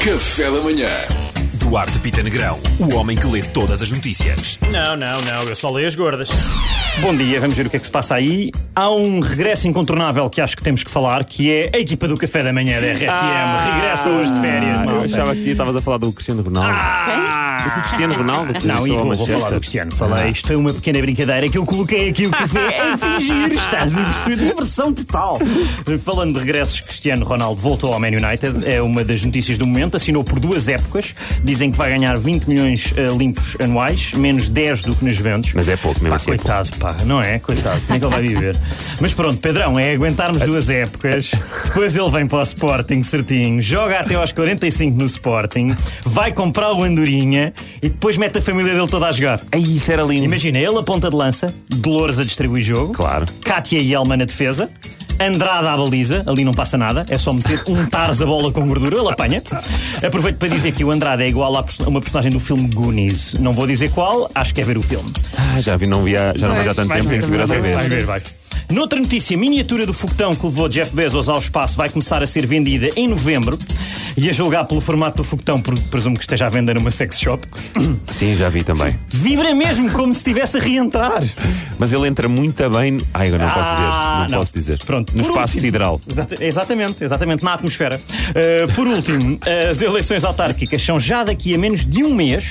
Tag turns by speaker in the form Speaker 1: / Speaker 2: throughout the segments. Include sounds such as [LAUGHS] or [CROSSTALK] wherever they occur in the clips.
Speaker 1: Café da Manhã.
Speaker 2: Duarte Pita Negrão, o homem que lê todas as notícias.
Speaker 3: Não, não, não, eu só leio as gordas.
Speaker 4: Bom dia, vamos ver o que é que se passa aí. Há um regresso incontornável que acho que temos que falar, que é a equipa do Café da Manhã da RFM.
Speaker 2: Ah!
Speaker 4: Regressa hoje de férias,
Speaker 5: Eu
Speaker 4: malta.
Speaker 5: achava que estavas a falar do Cristiano Ronaldo. Do Cristiano Ronaldo que
Speaker 4: Não, e
Speaker 5: começou a
Speaker 4: vou, vou
Speaker 5: Manchester.
Speaker 4: falar do Cristiano. ah. Falei, isto foi uma pequena brincadeira que eu coloquei aqui o café em fingir. Estás a perceber? Diversão total. Falando de regressos, Cristiano Ronaldo voltou ao Man United. É uma das notícias do momento. Assinou por duas épocas. Dizem que vai ganhar 20 milhões eh, limpos anuais, menos 10 do que nas Juventus.
Speaker 5: Mas é pouco, mesmo
Speaker 4: Pá,
Speaker 5: assim é pouco.
Speaker 4: coitado, pá, não é? Coitado, como é que ele vai viver? Mas pronto, Pedrão, é aguentarmos duas épocas. Depois ele vem para o Sporting certinho, joga até aos 45 no Sporting, vai comprar o Andorinha e depois mete a família dele toda a jogar.
Speaker 5: Ai, isso era lindo.
Speaker 4: Imagina, ele a ponta de lança, Dolores a distribuir jogo,
Speaker 5: Claro.
Speaker 4: Kátia e Elma na defesa. Andrada à baliza, ali não passa nada, é só meter um
Speaker 5: [LAUGHS]
Speaker 4: tarz a bola com gordura, ele apanha. Aproveito para dizer que o Andrada é igual a uma personagem do filme Goonies. Não vou dizer qual, acho que é ver o filme.
Speaker 5: Ah, já vi, não vi há, já não vejo há tanto tempo, tenho que ver outra
Speaker 4: Vai
Speaker 5: vez.
Speaker 4: ver, vai. Noutra notícia, a miniatura do foguetão que levou Jeff Bezos ao espaço vai começar a ser vendida em novembro. E a julgar pelo formato do foguetão, por- presumo que esteja à venda numa sex shop,
Speaker 5: Sim, já vi também.
Speaker 4: vibra mesmo como se estivesse a reentrar.
Speaker 5: Mas ele entra muito bem. Ai, eu não posso dizer.
Speaker 4: Ah,
Speaker 5: Não, posso dizer.
Speaker 4: Pronto,
Speaker 5: No
Speaker 4: por
Speaker 5: espaço
Speaker 4: último-
Speaker 5: sideral.
Speaker 4: Exata- exatamente, exatamente, na atmosfera. Uh, por último, as eleições autárquicas são já daqui a menos de um mês,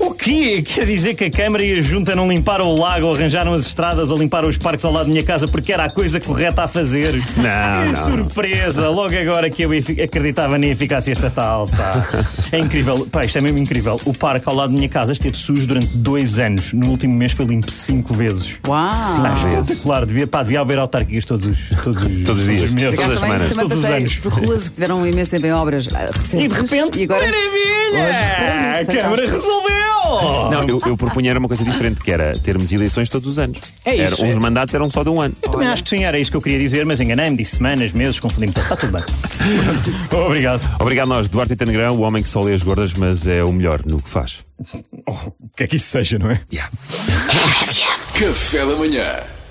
Speaker 4: o que quer dizer que a Câmara e a Junta não limparam o lago ou arranjaram as estradas ou limparam os parques ao lado da minha casa porque era a coisa correta a fazer.
Speaker 5: Não,
Speaker 4: que
Speaker 5: não,
Speaker 4: surpresa! Logo agora que eu efic- acreditava na eficácia estatal, pá. É incrível, pá, isto é mesmo incrível. O parque ao lado da minha casa esteve sujo durante dois anos. No último mês foi limpo cinco vezes.
Speaker 6: Uau!
Speaker 5: Às vezes.
Speaker 4: Claro, Ah, devia, pá, devia haver autarquias todos os, todos os,
Speaker 5: Todos os dias.
Speaker 4: meses.
Speaker 5: Todas as
Speaker 6: também,
Speaker 5: semanas,
Speaker 6: também
Speaker 4: todos os
Speaker 6: passei
Speaker 4: anos.
Speaker 6: por ruas que tiveram um imenso tempo em obras ah,
Speaker 4: E de
Speaker 6: recentes
Speaker 4: repente,
Speaker 6: e agora Hoje reparei
Speaker 4: maravilha!
Speaker 6: nisso,
Speaker 4: A Câmara resolveu!
Speaker 5: Não, eu, eu propunha era uma coisa diferente, que era termos eleições todos os anos.
Speaker 6: É isso,
Speaker 5: Era- uns
Speaker 6: é.
Speaker 5: mandatos eram só de um ano.
Speaker 4: Também acho que sim, era isso que eu queria dizer, mas enganei-me, disse semanas, meses, confundi-me. Está tudo [LAUGHS] bem. Obrigado.
Speaker 5: Obrigado a nós, Duarte Itanegrão, o homem que só lê as gordas, mas é o melhor no que faz.
Speaker 4: O que é que isso seja, não é?
Speaker 1: Café da Manhã.